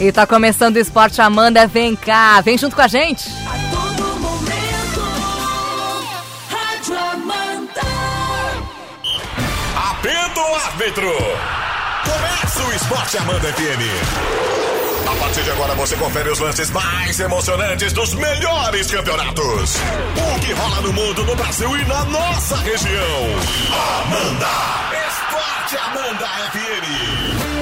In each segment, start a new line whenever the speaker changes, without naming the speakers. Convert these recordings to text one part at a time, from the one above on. E tá começando o Esporte Amanda, vem cá, vem junto com a gente.
Apito o árbitro! Começa o Esporte Amanda FM. A partir de agora você confere os lances mais emocionantes dos melhores campeonatos. O que rola no mundo, no Brasil e na nossa região. Amanda! Esporte Amanda FM.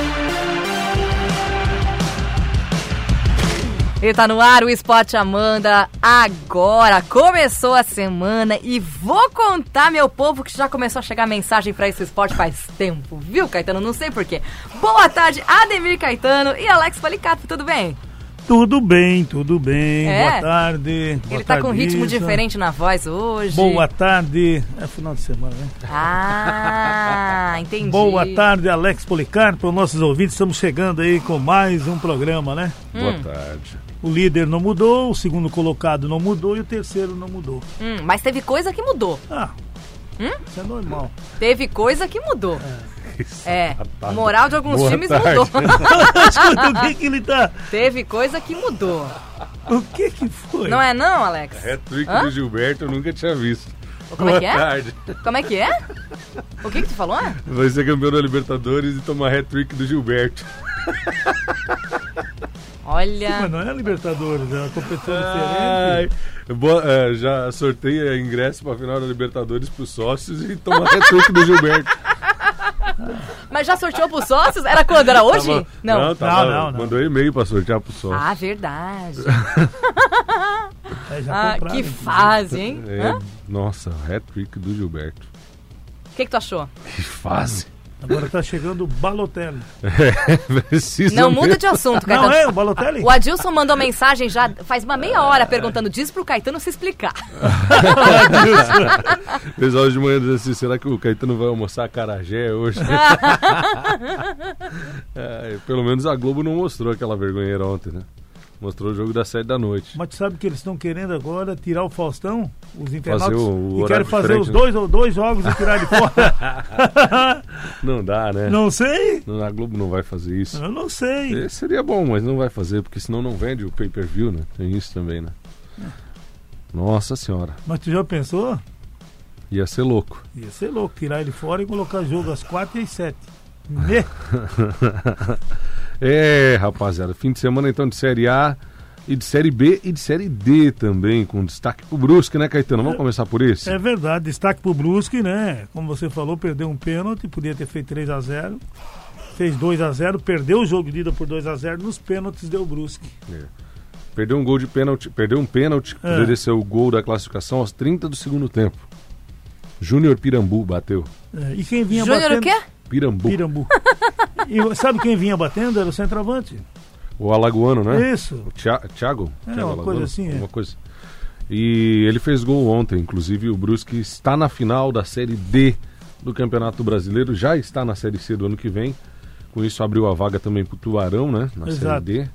E tá no ar o Esporte Amanda agora. Começou a semana e vou contar, meu povo, que já começou a chegar mensagem para esse esporte faz tempo, viu, Caetano? Não sei porquê. Boa tarde, Ademir Caetano e Alex Policato, tudo bem?
Tudo bem, tudo bem. É? Boa tarde. Ele
Boa tá tarde, com um ritmo Isa. diferente na voz hoje.
Boa tarde. É final de semana, né?
Ah, entendi.
Boa tarde, Alex Policarpo, nossos ouvintes. Estamos chegando aí com mais um programa, né?
Hum. Boa tarde.
O líder não mudou, o segundo colocado não mudou e o terceiro não mudou.
Hum, mas teve coisa que mudou.
Ah. Hum? Isso é normal.
Teve coisa que mudou. É. é. moral de alguns Boa times tarde. mudou.
o que, que ele tá?
Teve coisa que mudou.
O que que foi?
Não é não, Alex?
Hat-trick do Gilberto eu nunca tinha visto.
Como Boa é que é? tarde. Como é que é? O que que tu falou?
Vai ser campeão da Libertadores e tomar hat-trick do Gilberto.
Olha. Sim,
mas não é a Libertadores, é uma competição
Ah.
Ai. diferente.
Boa, é, já sorteia ingresso para a final da Libertadores para os sócios e toma retruque do Gilberto.
Mas já sorteou para os sócios? Era quando? Era hoje?
Tava, não. Não, tava, não, não, não, Mandou e-mail para sortear para os sócios.
Ah, verdade. é, ah, que fase, hein?
É, nossa, hat-trick do Gilberto.
O que, que tu achou?
Que fase.
Agora tá chegando o Balotelli.
É, precisa.
Não muda de assunto,
Caetano. Não, é, o Balotelli.
Ah, O Adilson mandou mensagem já faz uma meia hora perguntando, diz pro Caetano se explicar.
Pessoal de manhã diz assim, será que o Caetano vai almoçar carajé hoje? é, pelo menos a Globo não mostrou aquela vergonheira ontem, né? Mostrou o jogo das sete da noite.
Mas tu sabe que eles estão querendo agora tirar o Faustão, os
internautas,
e querem fazer os dois ou né? dois jogos e tirar de fora.
não dá, né?
Não sei.
Não, a Globo não vai fazer isso.
Eu não sei.
É, seria bom, mas não vai fazer, porque senão não vende o pay-per-view, né? Tem isso também, né? Nossa senhora.
Mas tu já pensou?
Ia ser louco.
Ia ser louco, tirar ele fora e colocar jogo às quatro e às sete. Né?
É, rapaziada, fim de semana então de Série A e de Série B e de Série D também, com destaque pro Brusque, né, Caetano? Vamos é, começar por isso?
É verdade, destaque pro Brusque, né? Como você falou, perdeu um pênalti, podia ter feito 3 a 0 fez 2 a 0 perdeu o jogo de ida por 2 a 0 nos pênaltis deu o Brusque. É.
Perdeu um gol de pênalti, perdeu um pênalti, é. poderia ser o gol da classificação aos 30 do segundo tempo. Júnior Pirambu bateu.
É, e quem vinha
Júnior
batendo...
o quê?
Pirambu.
Pirambu. E sabe quem vinha batendo? Era o centroavante.
O Alagoano, né?
Isso. O
Thiago? Thiago
é, uma Alagoano, coisa assim.
Uma é. coisa. E ele fez gol ontem, inclusive o Brusque está na final da Série D do Campeonato Brasileiro, já está na Série C do ano que vem. Com isso abriu a vaga também para o Tubarão, né? Na
Exato.
Série D.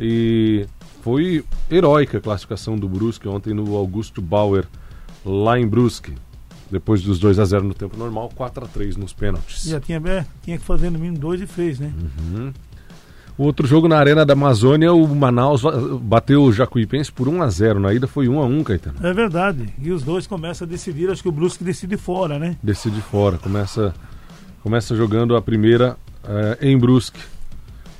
E foi heróica a classificação do Brusque ontem no Augusto Bauer, lá em Brusque depois dos 2 a 0 no tempo normal, 4 a 3 nos pênaltis.
Já tinha, é, tinha que fazer no mínimo 2 e fez, né?
Uhum. O outro jogo na Arena da Amazônia, o Manaus bateu o Jacuipense por 1 a 0 Na ida foi 1 a 1 Caetano.
É verdade. E os dois começam a decidir, acho que o Brusque decide fora, né?
Decide fora. Começa, começa jogando a primeira é, em Brusque.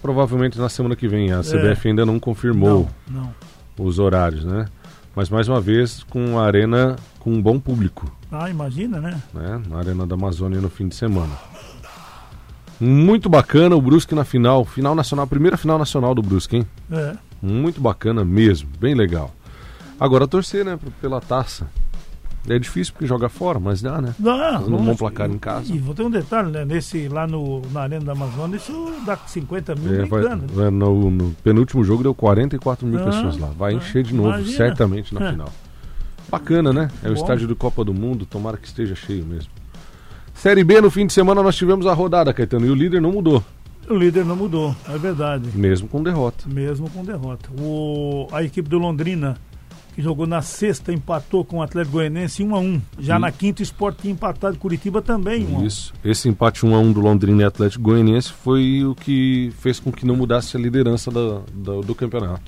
Provavelmente na semana que vem. A CBF é. ainda não confirmou
não, não.
os horários, né? Mas mais uma vez com a Arena com um bom público.
Ah, imagina, né?
né? Na Arena da Amazônia no fim de semana. Muito bacana o Brusque na final, final nacional, primeira final nacional do Brusque, hein?
É.
Muito bacana mesmo, bem legal. Agora torcer, né, pela taça. É difícil porque joga fora, mas dá, né?
Dá.
Não vão placar em casa.
ah, E vou ter um detalhe, né? Nesse, lá no, na Arena da Amazônia, isso dá 50 mil é,
vai,
é
no, no, penúltimo jogo deu 44 mil ah, pessoas lá. Vai ah, encher de novo, imagina. certamente, na é. final. Bacana, né? É o Bom. estádio do Copa do Mundo, tomara que esteja cheio mesmo. Série B, no fim de semana nós tivemos a rodada, Caetano, e o líder não mudou.
né? O líder não mudou, é verdade.
Mesmo com derrota.
Mesmo com derrota. O, a equipe do Londrina que jogou na sexta, empatou com o Atlético Goianense 1 a 1 Já hum. na quinta, o Sport tinha empatado Curitiba também. 1
1. Isso. Esse empate 1 a 1 do Londrina e Atlético Goianiense foi o que fez com que não mudasse a liderança da, da, do campeonato.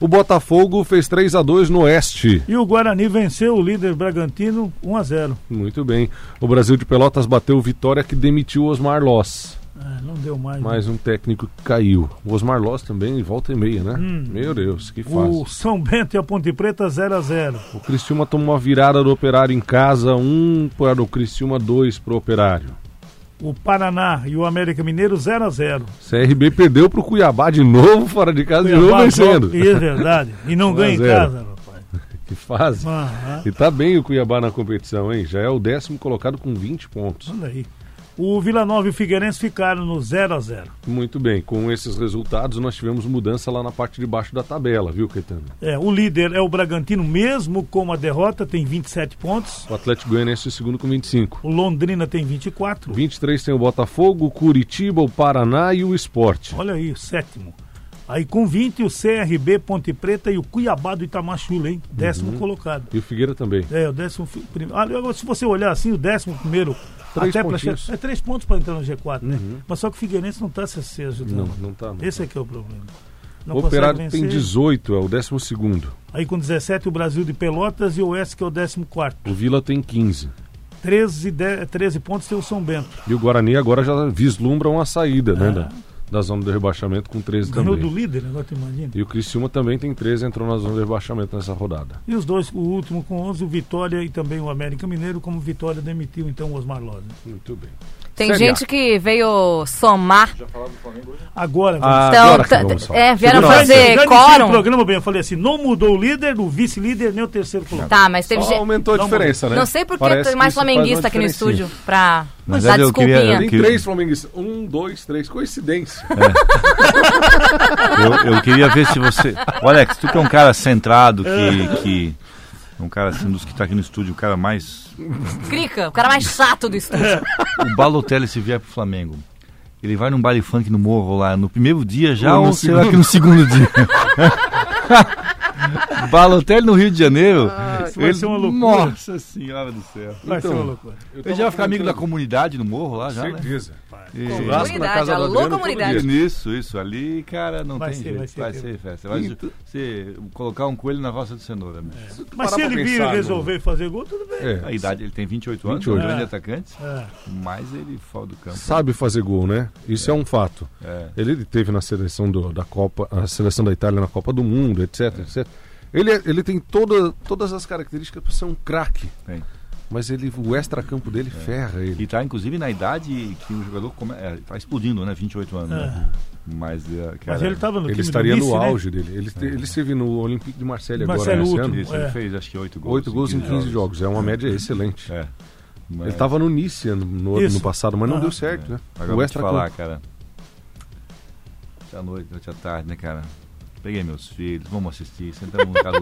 O Botafogo fez 3 a 2 no Oeste.
E o Guarani venceu o líder Bragantino 1 a 0.
Muito bem. O Brasil de Pelotas bateu Vitória que demitiu Osmar Loss.
É, não deu mais.
Mais né? um técnico que caiu. O Osmar Loss também volta e meia, né? Hum. Meu Deus, que fase.
O São Bento e a Ponte Preta 0 a 0.
O Criciúma tomou uma virada do Operário em casa, 1 um para o Criciúma, 2 para o Operário.
O Paraná e o América Mineiro 0 a 0.
CRB perdeu para o Cuiabá de novo, fora de casa, Cuiabá de novo vencendo.
É verdade. E não ganha em casa, rapaz.
Que fase. Ah, ah. E tá bem o Cuiabá na competição, hein? Já é o décimo colocado com 20 pontos.
Olha aí. O Vila Nova e o Figueirense ficaram no 0 a 0
Muito bem, com esses resultados nós tivemos mudança lá na parte de baixo da tabela, viu, Caetano?
É, o líder é o Bragantino, mesmo com a derrota, tem 27 pontos.
O Atlético Goianiense é o segundo com 25.
O Londrina tem 24.
23 tem o Botafogo, o Curitiba, o Paraná e o Esporte.
Olha aí, o sétimo. Aí com 20 o CRB, Ponte Preta e o Cuiabá do Itamachula, hein? Décimo uhum. colocado.
E o Figueira também.
É, o décimo primeiro. Ah, se você olhar assim, o décimo primeiro Três Até pontinhos. Pra, é três pontos para entrar no G4, uhum. né? Mas só que o Figueirense não está se ajudando.
Não, não está.
Esse é que é o problema.
Não o Operário vencer. tem 18, é o 12.
Aí com 17 o Brasil de Pelotas e o Oeste que é o 14.
O Vila tem 15.
13, 10, 13 pontos tem o São Bento.
E o Guarani agora já vislumbra uma saída, é. né? Da, da zona do rebaixamento com 13
Ganhou
também.
do líder, agora tu imagina.
E o Criciúma também tem 13, entrou na zona do rebaixamento nessa rodada.
E os dois, o último com 11, o Vitória e também o América Mineiro, como Vitória demitiu então o Osmar Loz.
Muito bem.
Tem Série gente a. que veio somar. Já
do Flamengo hoje? Agora,
ah, então, agora é, vieram Segura fazer
já
quórum.
O programa bem, eu falei assim, não mudou o líder, o vice-líder nem o terceiro colocado.
Tá, mas teve gente...
aumentou a
não
diferença, mudou. né?
Não sei porque Parece tem é mais flamenguista aqui no estúdio pra
mas
dar desculpinha.
Queria, tem três flamenguistas. Um, dois, três. Coincidência.
É. eu, eu, queria ver se você... O Alex, tu que é um cara centrado, que... que... Um cara assim, dos que está aqui no estúdio, o cara mais.
Crica, o cara mais chato do estúdio.
o Balotelli, se vier pro Flamengo, ele vai num baile funk no morro lá no primeiro dia já ou, ou será que no segundo dia? Balotelli no Rio de Janeiro. é
Ah, isso vai ele... ser uma loucura.
Nossa senhora do céu.
Vai então, ser uma loucura.
Ele já vai ficar amigo da comunidade no morro lá já,
Certeza.
Né? Comunidade, na casa alô Adriano, comunidade.
Isso, isso. Ali, cara, não vai tem ser, jeito. Vai ser, vai ser festa. Vai então... ser, colocar um coelho na roça de cenoura. Mesmo.
É. Mas se ele vir e resolver no... fazer gol, tudo bem.
É. A idade, ele tem 28 anos, 28. um grande é. atacante, é. mas ele fala do campo.
Sabe fazer gol, né? Isso é, um fato. Ele teve na seleção do, da Copa, a seleção da Itália na Copa do Mundo, etc, etc. Ele, é, ele tem toda, todas as características para ser um craque. Mas ele, o extra-campo dele é. ferra ele.
E está inclusive, na idade que o jogador está é, explodindo, né? 28 anos. É. Né? Mas, cara,
Mas ele tá estava no
Ele
time
estaria
do Nice,
no
né?
auge dele. Ele, te, ele esteve no Olympique de Marselha agora,
Marcelo
nesse ano.
Último,
ele fez, acho que 8 gols.
8 gols em 15 jogos. jogos. É uma média excelente. Mas... Ele estava no Nice no, no, no passado, mas não ah. deu certo, né?
Agora o extra falar, cara. Hoje à noite, hoje à tarde, né, cara? peguei meus filhos, vamos assistir, sentamos de cada, um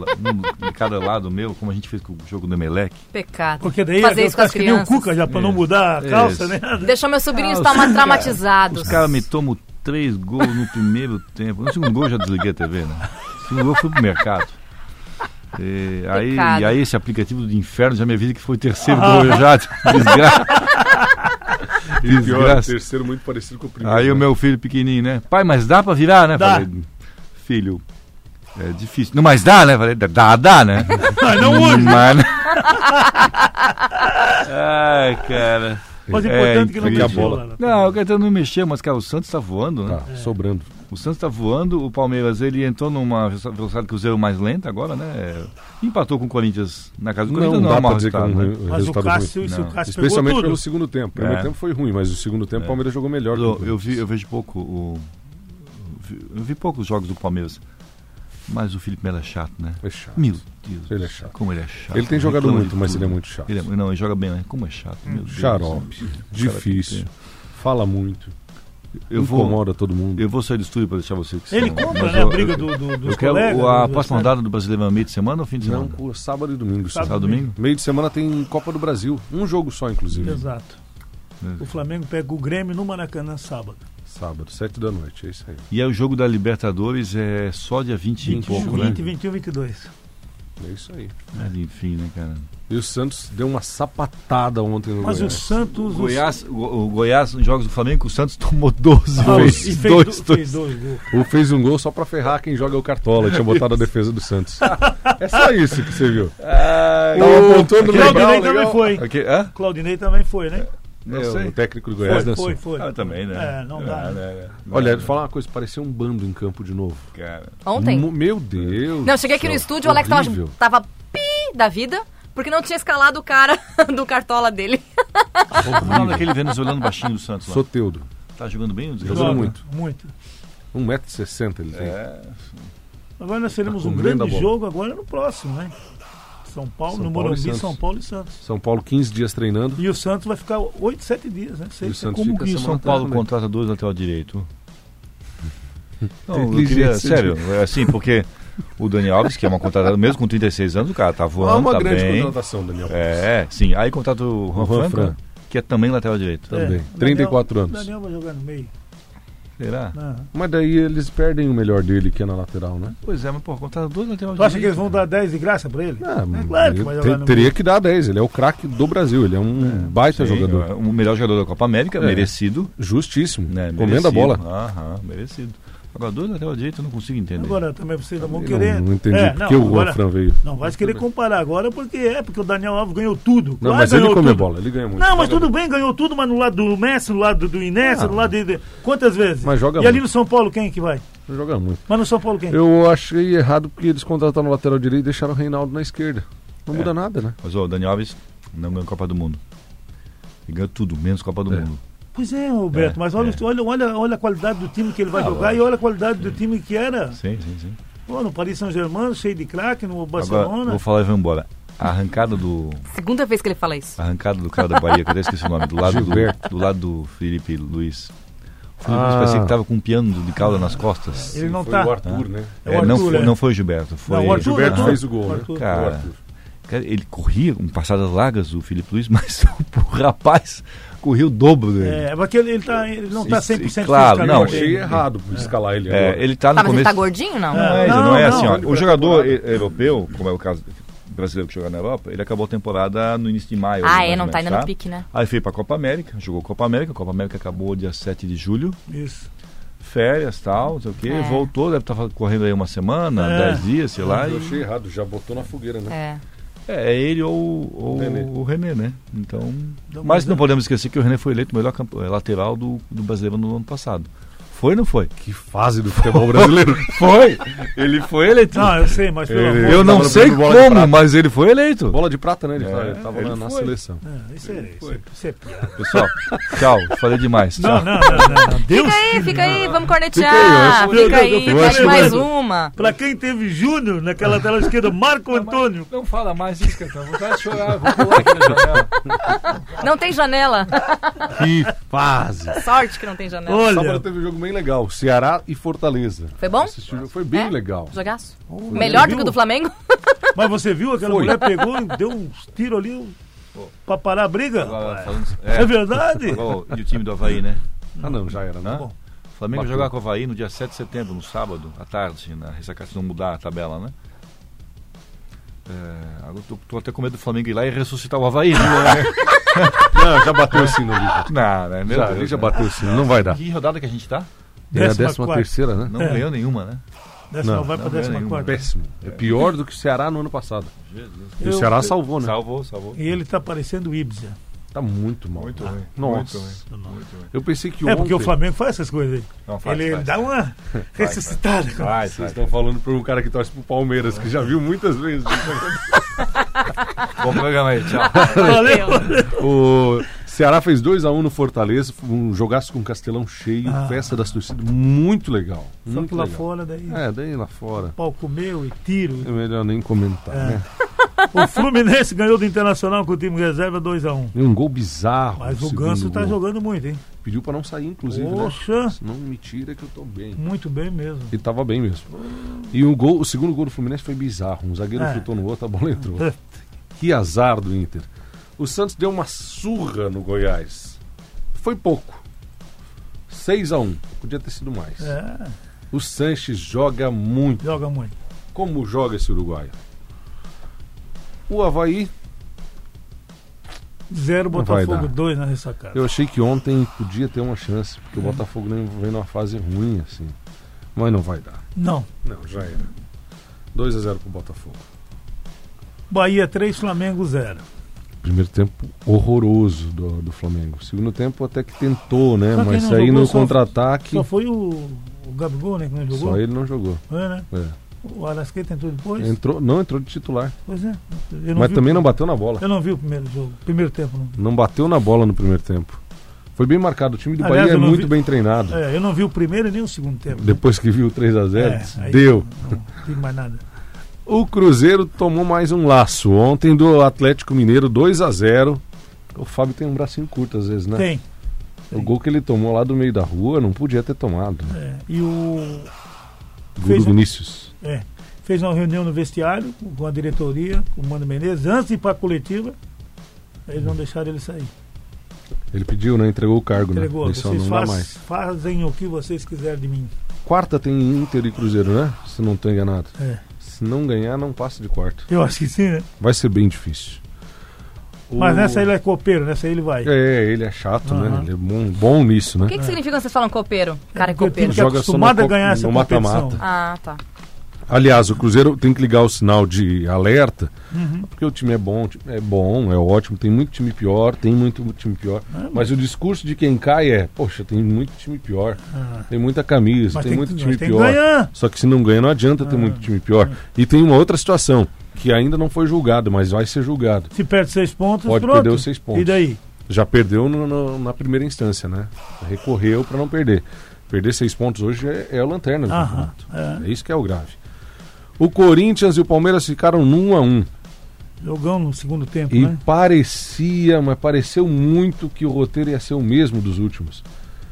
de cada lado meu, como a gente fez com o jogo do Emelec.
É.
Pecado.
Porque daí
Fazer isso com as
que nem o
crianças.
Cuca já pra não mudar a calça,
Isso.
né?
Deixou meus sobrinhos ah, traumatizados.
Os caras me tomam três gols no primeiro tempo. No segundo gol eu já desliguei a TV, né? No segundo gol eu fui pro mercado. E aí, e aí esse aplicativo do inferno já me avisa que foi o terceiro ah. gol, eu já desgraça.
E pior, é terceiro muito parecido com o primeiro.
Aí
né?
o meu filho pequenininho, né? Pai, mas dá pra virar, né?
Dá.
Falei, filho. É difícil. Não, mas dá, né? Falei, dá, dá, né?
mas não hoje.
Mas... né? Ai, cara.
Mas é importante é, que não mexa
a bola. Lá, não, o Caetano não mexeu, mas, cara, o Santos tá voando, né?
Tá, é. sobrando.
O Santos tá voando, o Palmeiras, ele entrou numa velocidade cruzeiro mais lenta agora, né? Empatou com o Corinthians na casa do
não,
Corinthians,
não,
não tá,
dá pra dizer que é um né?
Mas o Cássio,
ruim.
Não. o Cássio
Especialmente
pegou
pelo segundo tempo. O primeiro tempo foi ruim, mas o segundo tempo o Palmeiras jogou melhor.
Eu, eu, vi, eu vejo pouco o... Eu vi poucos jogos do Palmeiras. Mas o Felipe Melo é chato, né?
É chato.
Meu Deus.
Ele é chato.
Como ele é chato.
Ele tem jogado muito, mas ele é muito chato.
Ele é, não, ele joga bem, né? Como é chato, meu Deus.
Xarope. Difícil. Fala muito. Eu Incomoda
vou,
todo mundo.
Eu vou sair do estúdio para deixar vocês. Que
ele
são,
compra, né? A briga do, do, dos
eu quero
colegas, né?
a próxima rodada do Brasileirão meio de semana ou fim de semana?
Não, sábado e domingo.
Sábado, sábado e domingo?
Meio de semana tem Copa do Brasil. Um jogo só, inclusive.
Exato. É. O Flamengo pega o Grêmio no Maracanã sábado.
Sábado, 7 da noite, é isso aí.
um,
E aí o jogo da Libertadores é só dia 20, 20 e pouco,
20, né? 20, 21, 22.
É isso aí.
Mas enfim, né, cara?
E o Santos deu uma sapatada ontem no
Mas o
Goiás.
Santos.
O Goiás, o, o Goiás, nos jogos do Flamengo, o Santos tomou 12
Ah,
vezes.
e fez,
dois,
do-
dois.
fez dois gols.
O fez um gol só pra ferrar quem joga é o Cartola. Tinha botado a defesa do Santos. É só isso que você viu. Tava apontando
Claudinei
legal,
também
legal.
foi.
Aqui, hã?
Claudinei também foi, né?
Não
É,
sei.
O técnico do Goiás
foi,
dançou.
foi, foi.
Ah, também, né?
É, não dá.
né?
Olha, vou falar uma coisa, parecia um bando em campo de novo.
Cara,
Ontem.
Mo- Meu Deus.
Não, eu cheguei aqui no
do céu,
estúdio, o Alex tava,
horrível.
tava pi da vida, porque não tinha escalado o cara do cartola dele.
o nome daquele venezuelano baixinho do Santos lá.
Soteudo.
Tá jogando bem? o
Jogando
Joga,
desgraçado?
muito.
Muito.
1,60m ele tem.
É,
Agora nós teremos
Tá
um
comendo a
grande
bola.
jogo agora no próximo, né? São Paulo,
São
no
Paulo e
Morumbi,
Santos.
São Paulo e Santos.
São Paulo, 15 dias treinando.
E o Santos vai ficar 8, 7 dias, né? Sei
E o Santos
como
fica
que o
semana
São
São Paulo
também.
contrata dois lateral direito. Não, eu
Inteligente,
queria,
esse
sério, é assim, porque o Daniel Alves, que é uma contratada, mesmo com 36 anos, o cara tá voando,
É uma
tá
grande
bem.
contratação, Daniel.
É, sim. Aí contrata o Juan
O Juan
Franco,
Fran.
que é também lateral direito.
Tá bem. 34 anos.
Daniel vai jogar no meio.
É.
né?
Será?
Aham.
Mas daí eles perdem o melhor dele, que é na lateral, né?
Pois é, mas pô, contrata dois lateral
Tu acha que eles
direito.
vão dar 10 de graça pra ele?
Ah,
é claro que
ele
vai
te-
jogar no
teria
meio.
que dar 10. Ele é o craque do Brasil. Ele é um baita
Sim,
jogador.
é O melhor jogador da Copa América,
É.
merecido.
Justíssimo.
Né,
Comendo
merecido.
a bola.
Aham, merecido. Agora, dois lateral direito eu não consigo entender.
Agora também vocês não vão
Eu
querer.
Não, não entendi
É,
porque o Juan
agora-
Fran veio.
Não vai querer comparar agora porque é, porque o Daniel Alves ganhou tudo.
Não,
Claro,
mas ele
ganhou
come a
tudo.
bola, ele ganha muito.
Não, mas tudo bem, ganhou tudo, mas no lado do Messi, no lado do Inés,
Ah.
no lado de, de- Quantas vezes?
Mas joga
e ali
muito.
no São Paulo quem que vai?
Joga muito.
Mas no São Paulo quem?
Eu achei errado porque eles contrataram o lateral direito e deixaram o Reinaldo na esquerda. Não muda nada, né?
Mas ó, o Daniel Alves não ganhou Copa do Mundo. Ele ganhou tudo, menos Copa do
É.
Mundo.
Pois é, Roberto,
É,
mas olha,
é.
olha, olha, olha a qualidade do time que ele vai
Ah,
jogar e
lógico.
olha a qualidade do time que era.
Sim, sim, sim.
Pô, no Paris Saint-Germain, cheio de craque, no
Agora,
Barcelona.
vou falar e vou embora. A arrancada do,
Segunda vez que ele fala
Ah,
isso.
a arrancada do cara da Bahia, que eu até esqueci o nome, do lado do,
Gilberto.
do, lado do Felipe Luiz. O
Ah.
Felipe Luiz parecia que estava com um piano de cauda nas costas.
ele não tá.
Arthur,
né?
É o
É, não,
Arthur,
foi,
é.
não foi o Gilberto, foi
Não, o Arthur,
O Gilberto
Arthur.
fez o gol, né?
Arthur.
Cara,
O Arthur.
Cara, ele corria com passadas largas, o Felipe Luiz, mas o rapaz corria o dobro dele.
É, porque ele, ele, tá, ele não está
Isso,
100%
claro,
fisicamente
não,
Eu
bem.
achei errado escalar ele
É,
agora.
ele tá no
Tá, mas
começo.
ele tá gordinho, não?
Ah,
É.
Não,
Não,
não é
não.
assim, ó. O
Olha,
jogador e- europeu, como é o caso do brasileiro que joga na Europa, ele acabou a temporada no início de maio.
Ah,
mais
é,
ou
não tá
menos,
ainda no pique, né?
Aí foi pra Copa América, jogou Copa América, a Copa América acabou dia 7 de julho,
Isso.
férias tal, não sei o quê,
É.
voltou, deve estar correndo aí uma semana,
É.
10 dias, sei lá.
Eu
e-
achei errado, já botou na fogueira, né?
É.
É, é ele ou, ou
Nenê.
o René, né? Então.
Então,
Mas não
é-
podemos esquecer que o René foi eleito o melhor campo- eh, lateral do, do brasileiro no ano passado. Foi ou não foi?
Que fase do futebol brasileiro.
Foi! ele foi eleito.
é. Não, eu sei, mas pelo
Ele-
amor
Eu não
Tava no
sei
primeiro bola de
como,
prata.
mas ele foi eleito.
Bola de prata, né? Ele,
É,
fala, ele tava
ele
na, na
foi.
seleção.
Ah, isso, é, isso, é, isso é piada.
Pessoal, tchau, falei demais. Tchau.
Não, não, não, não, não. Deus.
Fica aí, fica aí, vamos cornetear.
Fica aí, eu acho-
Fica aí,
eu acho
pede
que
mais
vai-
uma.
Pra quem teve Júnior naquela lateral esquerda, Marco Antônio.
Não fala mais isso, Cantão. Vontade de chorar, vou pular aqui na janela.
Não tem janela.
Que fase.
Sorte que não tem janela.
Sábado
Olha,
teve um jogo bem legal, Ceará e Fortaleza.
Foi bom?
Assisti o jogo, foi bem
É?
legal.
Jogaço? Melhor do
viu?
que o do Flamengo?
mas você viu aquela
Foi.
mulher pegou, deu uns tiros ali um- pra parar a briga?
Agora,
rapaz.
falando-
É
é,
verdade?
igual- e o time do Havaí, né?
Ah, não, já era, né?
Hã? Flamengo
Bacana.
jogar com o Havaí no dia 7 de setembro, no sábado, à tarde, na ressacada, se não mudar a tabela, né? É, agora eu tô, tô até com medo do Flamengo ir lá e ressuscitar o Havaí. Né?
Não, já bateu o sino ali. já.
não, né? Meu
Já,
Deus,
ele já
né?
bateu o sino, não vai dar.
Que rodada que a gente tá?
É a
Décima
décima
quarta.
terceira, né?
Não
É.
ganhou nenhuma, né?
Décima
Não,
vai pra
não ganha
décima
nenhuma.
quarta.
Péssimo. É pior do que o Ceará no ano passado. E o
Eu-
Ceará salvou, né?
Salvou, salvou.
E ele tá parecendo o Ibsen.
Tá muito mal.
Muito
Ah,
ruim.
Nossa.
Muito ruim. Muito ruim.
Eu pensei que
É
ontem...
porque o Flamengo faz essas coisas aí.
Não, faz,
ele
faz.
dá uma ressuscitada.
Faz,
Vocês
faz.
estão falando para um cara que torce pro Palmeiras, que já viu muitas vezes.
Bom programa aí, tchau.
Valeu.
o Ceará fez 2x1 no Fortaleza, um jogaço com o Castelão cheio, festa das torcidas, muito legal.
Ah. Só que
muito
lá
legal.
fora daí.
É, daí lá fora.
Palco meu e tiro.
É melhor nem comentar,
É.
né?
O Fluminense ganhou do Internacional com o time reserva 2x1.
E um gol bizarro.
Mas o
segundo
Ganso tá
gol.
jogando muito, hein?
Pediu pra não sair, inclusive, né?
Poxa,
Não me tira que eu tô bem.
muito bem mesmo.
E tava bem mesmo. E o, gol, o segundo gol do Fluminense foi bizarro. Um zagueiro
É.
chutou no outro, a bola entrou. Que azar do Inter. O Santos deu uma surra no Goiás. Foi pouco. 6 a 1 Podia ter sido mais.
É,
O Sanches joga muito.
joga muito.
Como joga esse uruguaio? O Havaí,
Zero
Não vai
Botafogo,
dar.
dois na ressacada.
eu achei que ontem podia ter uma chance, porque o
É.
Botafogo nem vem numa fase ruim, assim. Mas não vai dar.
Não.
Não, já era. 2 a 0 pro Botafogo.
Bahia 3, Flamengo 0.
Primeiro tempo horroroso do, do Flamengo. Segundo tempo até que tentou,
Só
né?
quem
Mas
não
sair
jogou
no
só-
contra-ataque,
Só foi o, o Gabigol, né, que não jogou.
só ele não jogou.
É, né?
É.
O Arasqueta entrou depois.
Entrou, não entrou de titular.
Pois é. Eu
mas
vi o-
também não bateu na bola.
Eu não vi o primeiro jogo, primeiro tempo. Não.
Não bateu na bola no primeiro tempo. Foi bem marcado. O time do
Aliás,
Bahia é
eu não
muito
vi-
bem treinado.
É, eu não vi o primeiro e nem o segundo tempo.
Depois que viu o 3 a 0
É,
disse,
aí
deu.
Não, não vi mais nada.
O Cruzeiro tomou mais um laço ontem do Atlético Mineiro 2 a 0. O Fábio tem um bracinho curto às vezes, né?
Tem.
O gol que ele tomou lá do meio da rua não podia ter tomado. Né?
é, e o.
Gol
Fez
do
um-
Vinícius.
É, fez uma reunião no vestiário com a diretoria, com o Mano Menezes, antes de ir para a coletiva. Eles não deixaram ele sair.
Ele pediu, né? Entregou o cargo,
Entregou.
né? Missão
Vocês
não dá
faz-
mais.
fazem o que vocês quiserem de mim.
Quarta tem Inter e Cruzeiro, né? Se não tô enganado.
É.
Se não ganhar, não passa de quarto.
Eu acho que sim, né?
Vai ser bem difícil.
Mas
O-
nessa ele é copeiro, nessa ele vai.
É, ele é chato, né?
Aham.
Ele é bom, bom nisso, né?
O que, que significa quando vocês falam copeiro? Cara, é
Porque tem
copeiro.
que
Joga só
acostumado
no
a
co-
ganhar essa
no
competição.
mata-mata.
Ah, tá.
Aliás, o Cruzeiro tem que ligar o sinal de alerta, porque o time é bom, o time é bom, é ótimo, tem muito time pior, tem muito time pior.
Ah,
mas o discurso de quem cai é, poxa, tem muito time pior,
Ah.
tem muita camisa,
Mas
tem,
tem
muito
que-
time
mas tem que
pior.
ganhar. Ah.
Só que se não ganha, não adianta ter muito time pior. E tem uma outra situação, que ainda não foi julgado, mas vai ser julgado.
Se perde seis pontos,
Pode
pronto.
perder os seis pontos.
E daí?
Já perdeu no- no- na primeira instância, né? Recorreu para não perder. Perder seis pontos hoje é, é a lanterna do
Aham.
campeonato.
É.
É isso que é o grave. O Corinthians e o Palmeiras ficaram num a um.
Jogão no segundo tempo,
E
né?
parecia, mas pareceu muito que o roteiro ia ser o mesmo dos últimos.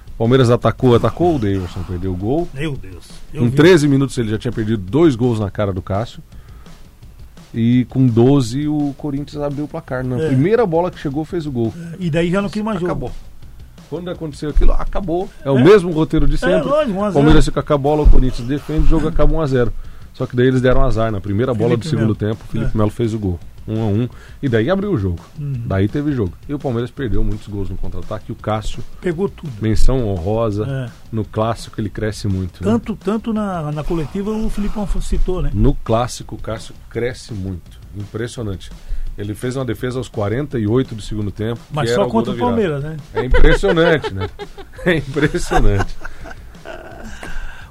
O Palmeiras atacou, atacou, o Davidson perdeu o gol.
Meu Deus. Eu
Com
vi.
13 minutos ele já tinha perdido dois gols na cara do Cássio. E com 12 o Corinthians abriu o placar. Na
É.
primeira bola que chegou fez o gol.
E daí já não quis mais jogo.
Acabou. Quando aconteceu aquilo, acabou. É o
É.
mesmo roteiro de sempre.
lógico, um a zero.
Palmeiras fica com a bola, o Corinthians defende, o jogo acaba 1x0. Só que daí eles deram azar. Na primeira bola
Felipe
do segundo
Melo.
tempo, o Felipe
É. Uhum.
Melo fez o gol. 1x1. E daí abriu o jogo. Daí teve jogo. E o Palmeiras perdeu muitos gols no contra-ataque. E o Cássio,
Pegou tudo.
menção honrosa.
É.
No clássico, ele cresce muito. né?
Tanto, tanto na, na coletiva o Filipão citou, né?
No clássico, o Cássio cresce muito. Impressionante. Ele fez uma defesa aos 48 do segundo tempo. que
Mas
era
só
gol
contra
da
o
virada.
Palmeiras, né?
É impressionante, né? É impressionante.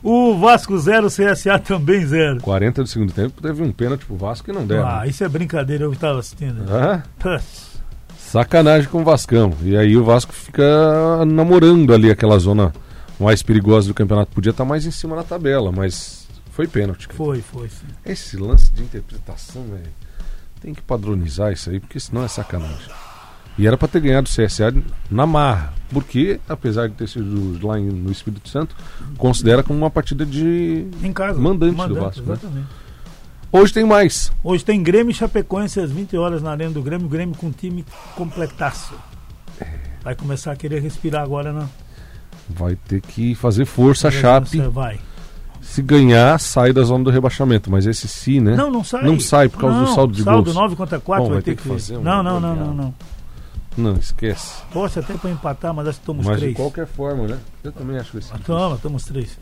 O Vasco 0, CSA também 0.
40 do segundo tempo teve um pênalti pro Vasco que não deram.
Ah, isso é brincadeira, eu estava assistindo.
Hã?
Puts.
Sacanagem com o Vascão. E aí o Vasco fica namorando ali aquela zona mais perigosa do campeonato. Podia estar mais em cima na tabela, mas foi pênalti. cara.
Foi, foi. Sim.
Esse lance de interpretação, velho, tem que padronizar isso aí, porque senão é sacanagem. E era pra ter ganhado o CSA na marra, porque, apesar de ter sido lá em- no Espírito Santo, considera como uma partida de.
Em casa.
Mandante do Vasco, né?
Exatamente.
Hoje tem mais.
Hoje tem Grêmio e Chapecoense às 20 horas na Arena do Grêmio. Grêmio com time completaço. Vai começar a querer respirar agora né? na
Vai ter que fazer força a Chape.
Vai.
Se ganhar, sai da zona do rebaixamento. Mas esse sim, né?
Não, não sai.
Não sai por causa do saldo de
saldo
gols.
9 contra 4
Bom,
vai ter que,
fazer um
Não, não, não,
goleado.
não, não.
Não, esquece.
Torce até para empatar, mas acho que tomamos
Mas de
3.
qualquer forma, né? Eu também acho esse.
Toma, tomamos 3.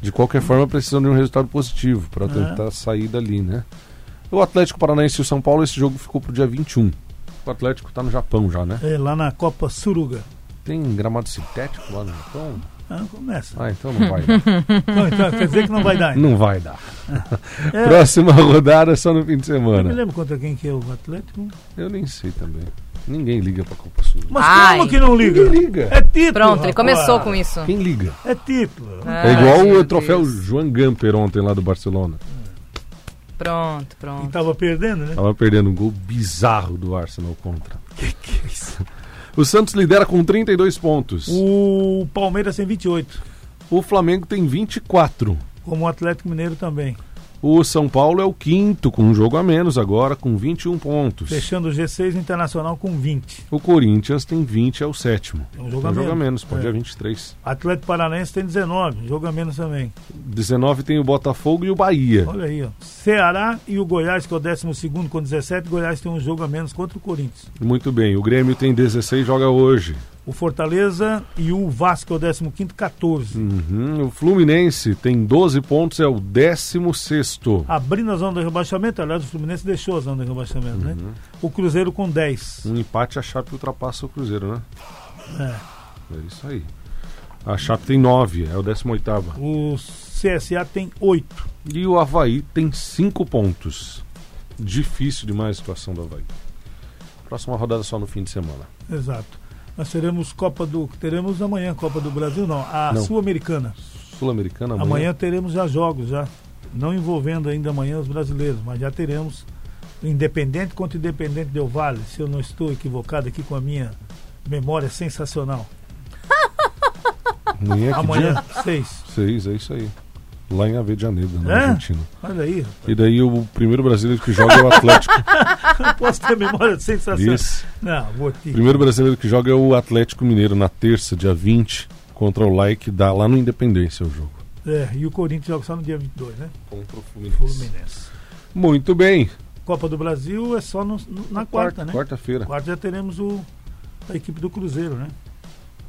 De qualquer forma, precisam de um resultado positivo para
É.
tentar sair dali, né? O Atlético Paranaense e o São Paulo, esse jogo ficou pro dia 21. O Atlético tá no Japão já, né?
É, lá na Copa Suruga.
Tem gramado sintético lá no Japão?
Ah, começa.
Ah, então não vai dar.
Então, então, quer dizer que não vai dar. ainda.
não vai dar.
É,
Próxima rodada é só no fim de
Eu me
semana.
lembro contra quem que é o Atlético.
Eu nem sei também. Ninguém liga pra Copa Sul.
Mas
Ai.
como que não liga?
Ninguém liga.
É título.
Pronto, ele
rapaz.
começou com isso.
Quem liga?
É título.
É
Ah,
igual
meu
o troféu
Deus.
João Gamper ontem lá do Barcelona.
Pronto,
E
Então,
pronto.
tava perdendo, né?
Tava perdendo um gol bizarro do Arsenal contra. O Santos lidera com 32 pontos.
é O Palmeiras tem 28,
O Flamengo tem 24.
como o Atlético Mineiro também.
O São Paulo é o quinto, com um jogo a menos agora, com 21 pontos.
Fechando o G6 o Internacional com 20.
O Corinthians tem 20, é o sétimo.
É um jogo
Tem
a
jogo a
menos.
menos, pode
É.
é 23.
Atlético Paranaense tem 19, jogo a menos também.
19 tem o Botafogo e o Bahia.
Olha aí, ó. Ceará e o Goiás, que é o 12 com 17. Goiás tem um jogo a menos contra o Corinthians.
Muito bem, o Grêmio tem 16, joga hoje.
O Fortaleza e o Vasco, que é o 15, 14.
Uhum, O Fluminense tem 12 pontos, é o 16.
Abrindo a zona do rebaixamento, aliás, o Fluminense deixou a zona do rebaixamento,
Uhum.
né? O Cruzeiro com 10.
Um empate, a Chape ultrapassa o Cruzeiro, né? É. É isso aí. A Chape tem 9, é o 18.
O CSA tem 8.
E o Havaí tem 5 pontos. Difícil demais a situação do Havaí. Próxima rodada só no fim de semana.
Exato. Nós teremos Copa do. Teremos amanhã Copa do Brasil, não. A
Não.
Sul-Americana.
Sul-Americana amanhã.
Amanhã teremos já jogos, já. Não envolvendo ainda amanhã os brasileiros, mas já teremos Independente contra Independente Del Vale, se eu não estou equivocado aqui com a minha memória sensacional.
Amanhã, é que
Amanhã,
dia?
seis.
6, é isso aí. Lá em Avejaneira, na
É?
Argentina.
Olha aí, rapaz,
E daí o primeiro brasileiro que joga é o Atlético.
não posso ter memória sensacional.
Isso.
Não, vou te...
O primeiro brasileiro que joga é o Atlético Mineiro na terça, dia 20, contra o Like, dá lá no Independência o jogo.
É, e o Corinthians joga só no dia 22, né?
Contra o
Fluminense.
Muito bem.
Copa do Brasil é só no- no- na quarta, né?
Quarta-feira.
Quarta já teremos o, a equipe do Cruzeiro, né?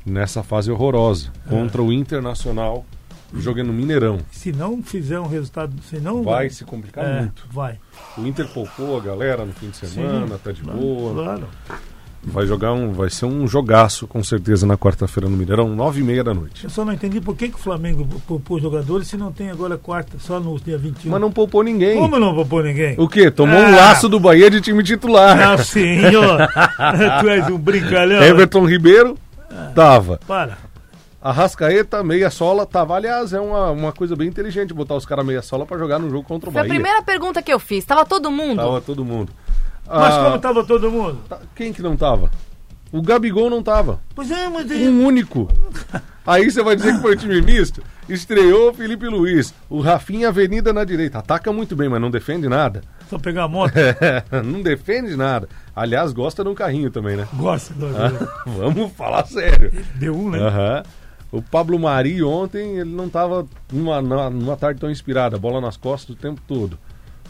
Nessa fase horrorosa. Contra o Internacional, jogando no Mineirão.
Se não fizer um resultado, se não
Vai se complicar
é,
muito.
Vai.
O Inter poupou a galera no fim de semana, tá de boa.
Claro.
Vai jogar um. Vai ser um jogaço, com certeza, na quarta-feira no Mineirão, nove e meia da noite.
Eu só não entendi por que, que o Flamengo poupou jogadores se não tem agora quarta, só no dia 21.
Mas não poupou ninguém.
Como não poupou ninguém?
O quê? Tomou um
Ah.
laço do Bahia de time titular.
Não, senhor. tu és um brincalhão.
Everton Ribeiro
É.
tava.
Para.
Arrascaeta, meia sola, tava. Aliás, é uma, uma coisa bem inteligente botar os caras meia sola pra jogar no jogo contra o
Foi a
Bahia.
primeira pergunta que eu fiz. Tava todo mundo?
Tava todo mundo.
Mas
Ah,
como tava todo mundo?
tá- Quem que não tava? O Gabigol não tava.
Pois é, mas...
Um único. Aí você vai dizer que foi time misto? Estreou o Felipe Luiz. O Rafinha Avenida na direita. Ataca muito bem, mas não defende nada.
Só pegar a moto.
É. não defende nada. Aliás, gosta de um carrinho também, né?
Gosta. gosta.
Vamos falar sério.
Deu um, né?
Aham. O Pablo Mari ontem, ele não estava numa, na- numa tarde tão inspirada, bola nas costas o tempo todo.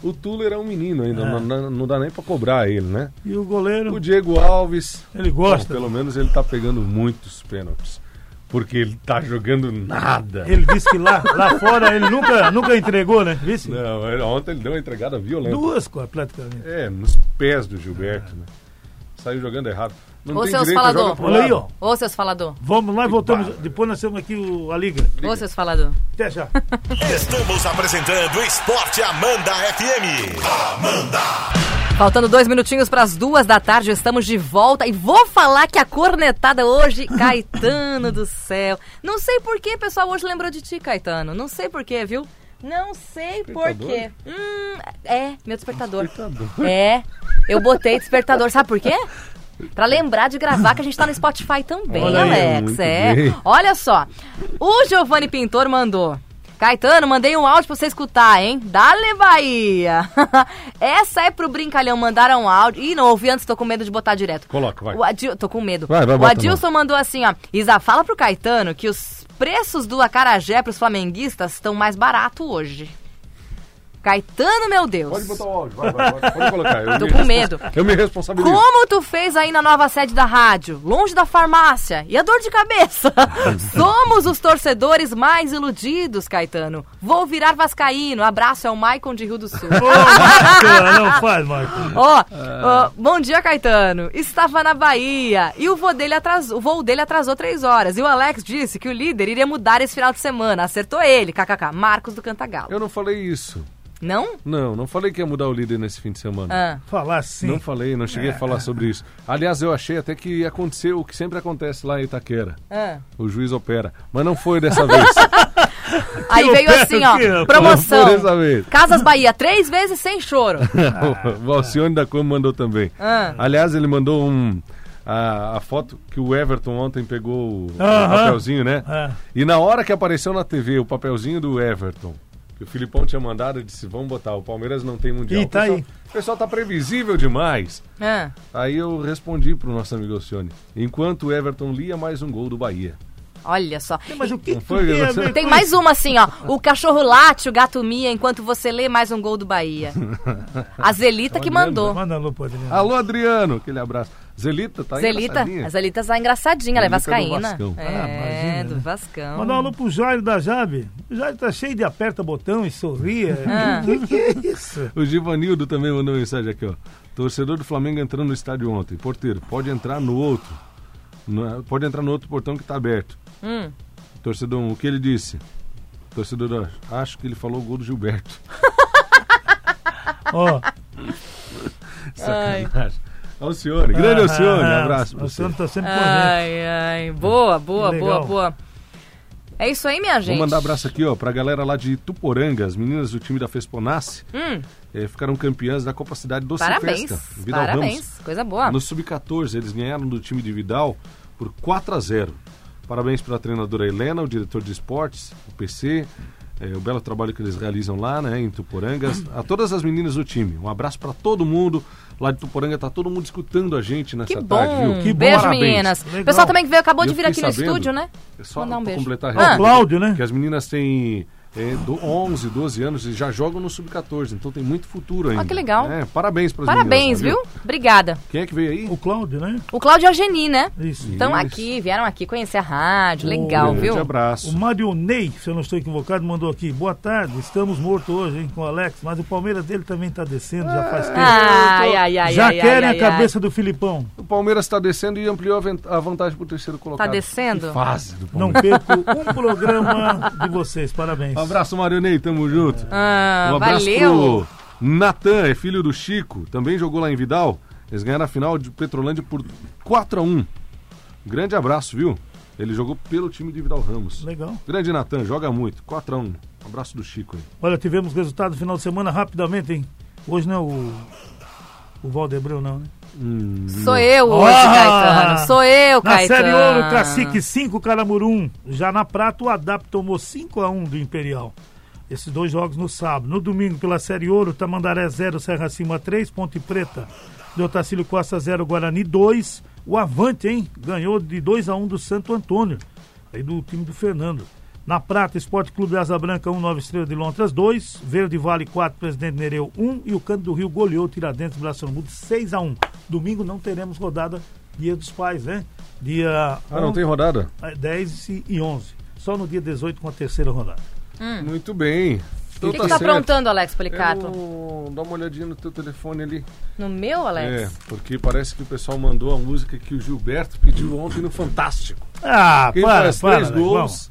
O Tuller é um menino ainda,
É.
não- não, não dá nem pra cobrar ele, né?
E o goleiro,
O Diego Alves,
ele gosta.
bom, pelo menos ele tá pegando muitos pênaltis, porque ele tá jogando nada.
Ele disse que lá, lá fora ele nunca, nunca entregou, né? Vice?
Não, ele- ontem ele deu uma entregada violenta.
Duas, co- praticamente.
É, nos pés do
Ah.
Gilberto, né? Saiu jogando errado. Não
Ô,
tem
seus
direito,
falador.
joga pro
Olha aí,
lado.
ó.
Ô, seus falador.
Vamos lá e voltamos.
barra.
Depois nós temos aqui o, a liga.
Ô, seus falador.
Até já.
Estamos apresentando Esporte Amanda FM.
Faltando dois minutinhos para as duas da tarde, estamos de volta e vou falar que a cornetada hoje, Caetano do céu. Não sei por que, pessoal, hoje lembrou de ti, Caetano. Não sei por que, viu? Não sei por
Despertador?
quê. Hum, é, meu despertador.
Coitado.
É, eu botei despertador, sabe por quê? Pra lembrar de gravar que a gente tá no Spotify também,
Olha aí,
Alex.
muito
é.
bem.
Olha só, o Giovanni Pintor mandou. Caetano, mandei um áudio pra você escutar, hein? Dale Bahia! Essa é pro brincalhão, mandaram um áudio. Ih, não ouvi antes, tô com medo de botar direto.
Coloca, vai.
O Adil... Tô com medo.
Vai, vai,
o
bota,
Adilson mandou assim, ó. Isa, fala pro Caetano que os preços do acarajé pros flamenguistas estão mais barato hoje. Caetano, meu Deus.
Pode botar o áudio, vai, vai, vai. Pode colocar. Eu
Tô
me
com
responsa-
medo.
Eu me responsabilizo.
Como tu fez aí na nova sede da rádio? Longe da farmácia e a dor de cabeça. Somos os torcedores mais iludidos, Caetano. Vou virar vascaíno. Abraço, é o Maicon de Rio do Sul.
Ô, Marco, não faz, Marco.
Ó, ó, bom dia, Caetano. Estava na Bahia e o voo, dele atrasou, o voo dele atrasou três horas. E o Alex disse que o líder iria mudar esse final de semana. Acertou ele, kkk. Marcos do Cantagalo.
Eu não falei isso.
Não?
Não, não falei que ia mudar o líder nesse fim de semana.
Ah.
Falar assim.
Não falei, não cheguei a falar sobre isso. Aliás, eu achei até que ia acontecer o que sempre acontece lá em Itaquera.
ah.
O juiz opera. Mas não foi dessa vez.
Aí
eu
veio
quero
assim, ó.
que eu-
promoção.
Por essa vez.
Casas Bahia, três vezes sem choro.
Ah.
o Alcione da Coma mandou também.
Ah.
Aliás, ele mandou um. A, a foto que o Everton ontem pegou o
Aham.
papelzinho, né?
É.
E na hora que apareceu na TV o papelzinho do Everton, que o Filipão tinha mandado, eu disse, vamos botar, o Palmeiras não tem mundial.
Ih, tá
o, pessoal,
aí.
o pessoal tá previsível demais.
Ah,
Aí eu respondi pro nosso amigo Alcione, enquanto o Everton lia mais um gol do Bahia.
olha só.
Mas o que,
Não
que
foi,
tem a
Leandro?
ver
Tem
com
mais uma assim, ó. O cachorro late, o gato mia, enquanto você lê mais um gol do Bahia. A Zelita que
isso?
mandou.
Manda alô pro Adriano.
Alô, Adriano, aquele abraço. Zelita, tá aí
Zelita,
engraçadinha?
a Zelita tá engraçadinha, ela é
Zelita do
vascaína.
Vascão.
Ah,
É,
imagina,
do
né?
Vascão.
Mandar um alô pro Jairo da Jabe. O Jairo tá cheio de aperta botão e sorria.
Ah.
Que, que é isso?
O Givanildo também mandou mensagem aqui, ó. Torcedor do Flamengo entrando no estádio ontem. Porteiro, pode entrar no outro. Não é- Pode entrar no outro portão que tá aberto.
Hum.
Torcedor, um, o que ele disse? Torcedor, ó, acho que ele falou o gol do Gilberto.
Ó,
Ai.
Sacanagem. Alcione, grande
Ah,
Alcione, um abraço pra
O
você.
senhor tá sempre correto.
Ai, ai. Boa, boa,
Que
boa,
legal.
boa. É isso aí, minha gente.
Vou mandar abraço aqui, ó, pra galera lá de Tuporanga, as meninas do time da Fesponace,
Hum,
eh, ficaram campeãs da Copa Cidade do
parabéns.
Festa. Vidal Ramos.
Parabéns. Coisa boa.
No Sub-14, eles ganharam do time de Vidal por 4 a 0. Parabéns para a treinadora Helena, o diretor de esportes, o PC, eh, o belo trabalho que eles realizam lá, né, em Tuporangas. A todas as meninas do time, um abraço para todo mundo. Lá de Tuporanga tá todo mundo escutando a gente nessa
Que
tarde,
bom.
viu?
Que bom.
Beijo,
Parabéns.
meninas. O
Legal.
pessoal também que veio acabou de
Eu
vir aqui
fiquei
no
sabendo.
estúdio, né?
É Só
Mandar um
pra
beijo.
completar
Ah.
O Cláudio, né?
que as meninas têm eh, do 11, 12 anos e já jogam no Sub-14, então tem muito futuro ainda.
Ah, que legal.
É, parabéns para
Parabéns, viu? Obrigada.
Quem é que veio aí?
O Cláudio, né?
O Cláudio e a Geni, né?
Isso.
Estão
Isso.
aqui, vieram aqui conhecer a rádio. Legal,
Um grande
viu?
abraço.
O Marionei, se eu não estou equivocado, mandou aqui. Boa tarde, estamos mortos hoje, hein, com o Alex. Mas o Palmeiras dele também tá descendo, já faz tempo.
Ai, ai, Ah, ai,
já
ai,
querem
ai,
a
ai.
cabeça do Filipão.
O Palmeiras está descendo e ampliou a ven- a vantagem para o terceiro
Tá
colocado.
descendo?
Fase do
Não
Palmeiras.
perco um programa de vocês. Parabéns.
Um abraço, Marionei, tamo junto.
Ah,
um abraço
valeu.
pro Natan, é filho do Chico, também jogou lá em Vidal. Eles ganharam a final de Petrolândia por 4 a 1 Grande abraço, viu? Ele jogou pelo time de Vidal Ramos.
Legal.
Grande Natan, joga muito. 4 a 1 Um abraço do Chico aí.
Olha, tivemos resultado no final de semana rapidamente, hein? Hoje não é o. O Valdebreu, não, né?
Sou eu hoje,
Ah!
Caetano. Sou eu,
Na
Caetano.
Série Ouro, Cacique 5, Caramuru 1. Já na Prata, o Adap tomou 5x1 do Imperial. Esses dois jogos no sábado. No domingo, pela Série Ouro, Tamandaré 0, Serra Cima 3, Ponte Preta. Deotacílio Costa 0, Guarani 2. O Avante, hein? Ganhou de 2x1 do Santo Antônio. Aí do time do Fernando. Na Prata, Esporte Clube de Asa Branca 1, Nova Estrela de Lontras 2. Verde Vale 4, Presidente Nereu 1. E o Canto do Rio goleou o Tiradentes Braçambudo 6x1. Domingo não teremos rodada Dia dos Pais, né? Dia
Ah, não tem rodada?
10 e- e 11. Só no dia 18 com a terceira rodada.
Muito bem.
Hum. O
Então
que, que tá
certo.
aprontando, Alex Policato?
Eu... Dá uma olhadinha no teu telefone ali.
No meu, Alex?
É, porque parece que o pessoal mandou a música que o Gilberto pediu ontem no Fantástico.
Ah,
Quem
para,
faz
para.
três
Alex,
gols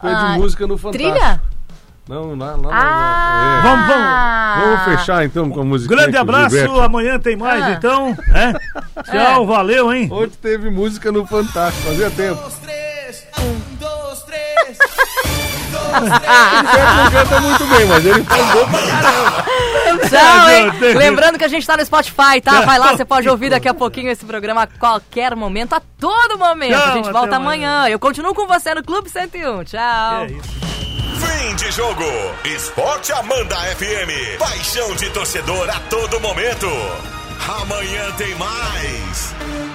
pede
Ah,
música no Fantástico.
Trilha?
Não, lá, lá, lá,
Ah!
lá. É.
Vamos, vamos.
Vamos fechar então com a música.
Grande abraço, amanhã tem mais
Ah.
então. né?
É.
Tchau, valeu, hein?
Hoje teve música no Fantástico, fazia tempo.
dos, tres, un, dos, tres.
O Gilberto não canta muito bem, mas ele faz gol pra
Tchau, hein?
Meu Deus.
Lembrando que a gente tá no Spotify, tá? Vai lá, você pode ouvir daqui a pouquinho esse programa a qualquer momento, a todo momento. a
Tchau,
gente
até
volta
amanhã.
amanhã. Eu continuo com você no Clube 101. Tchau.
É isso.
Fim de jogo. Esporte Amanda FM. Paixão de torcedor a todo momento. Amanhã tem mais.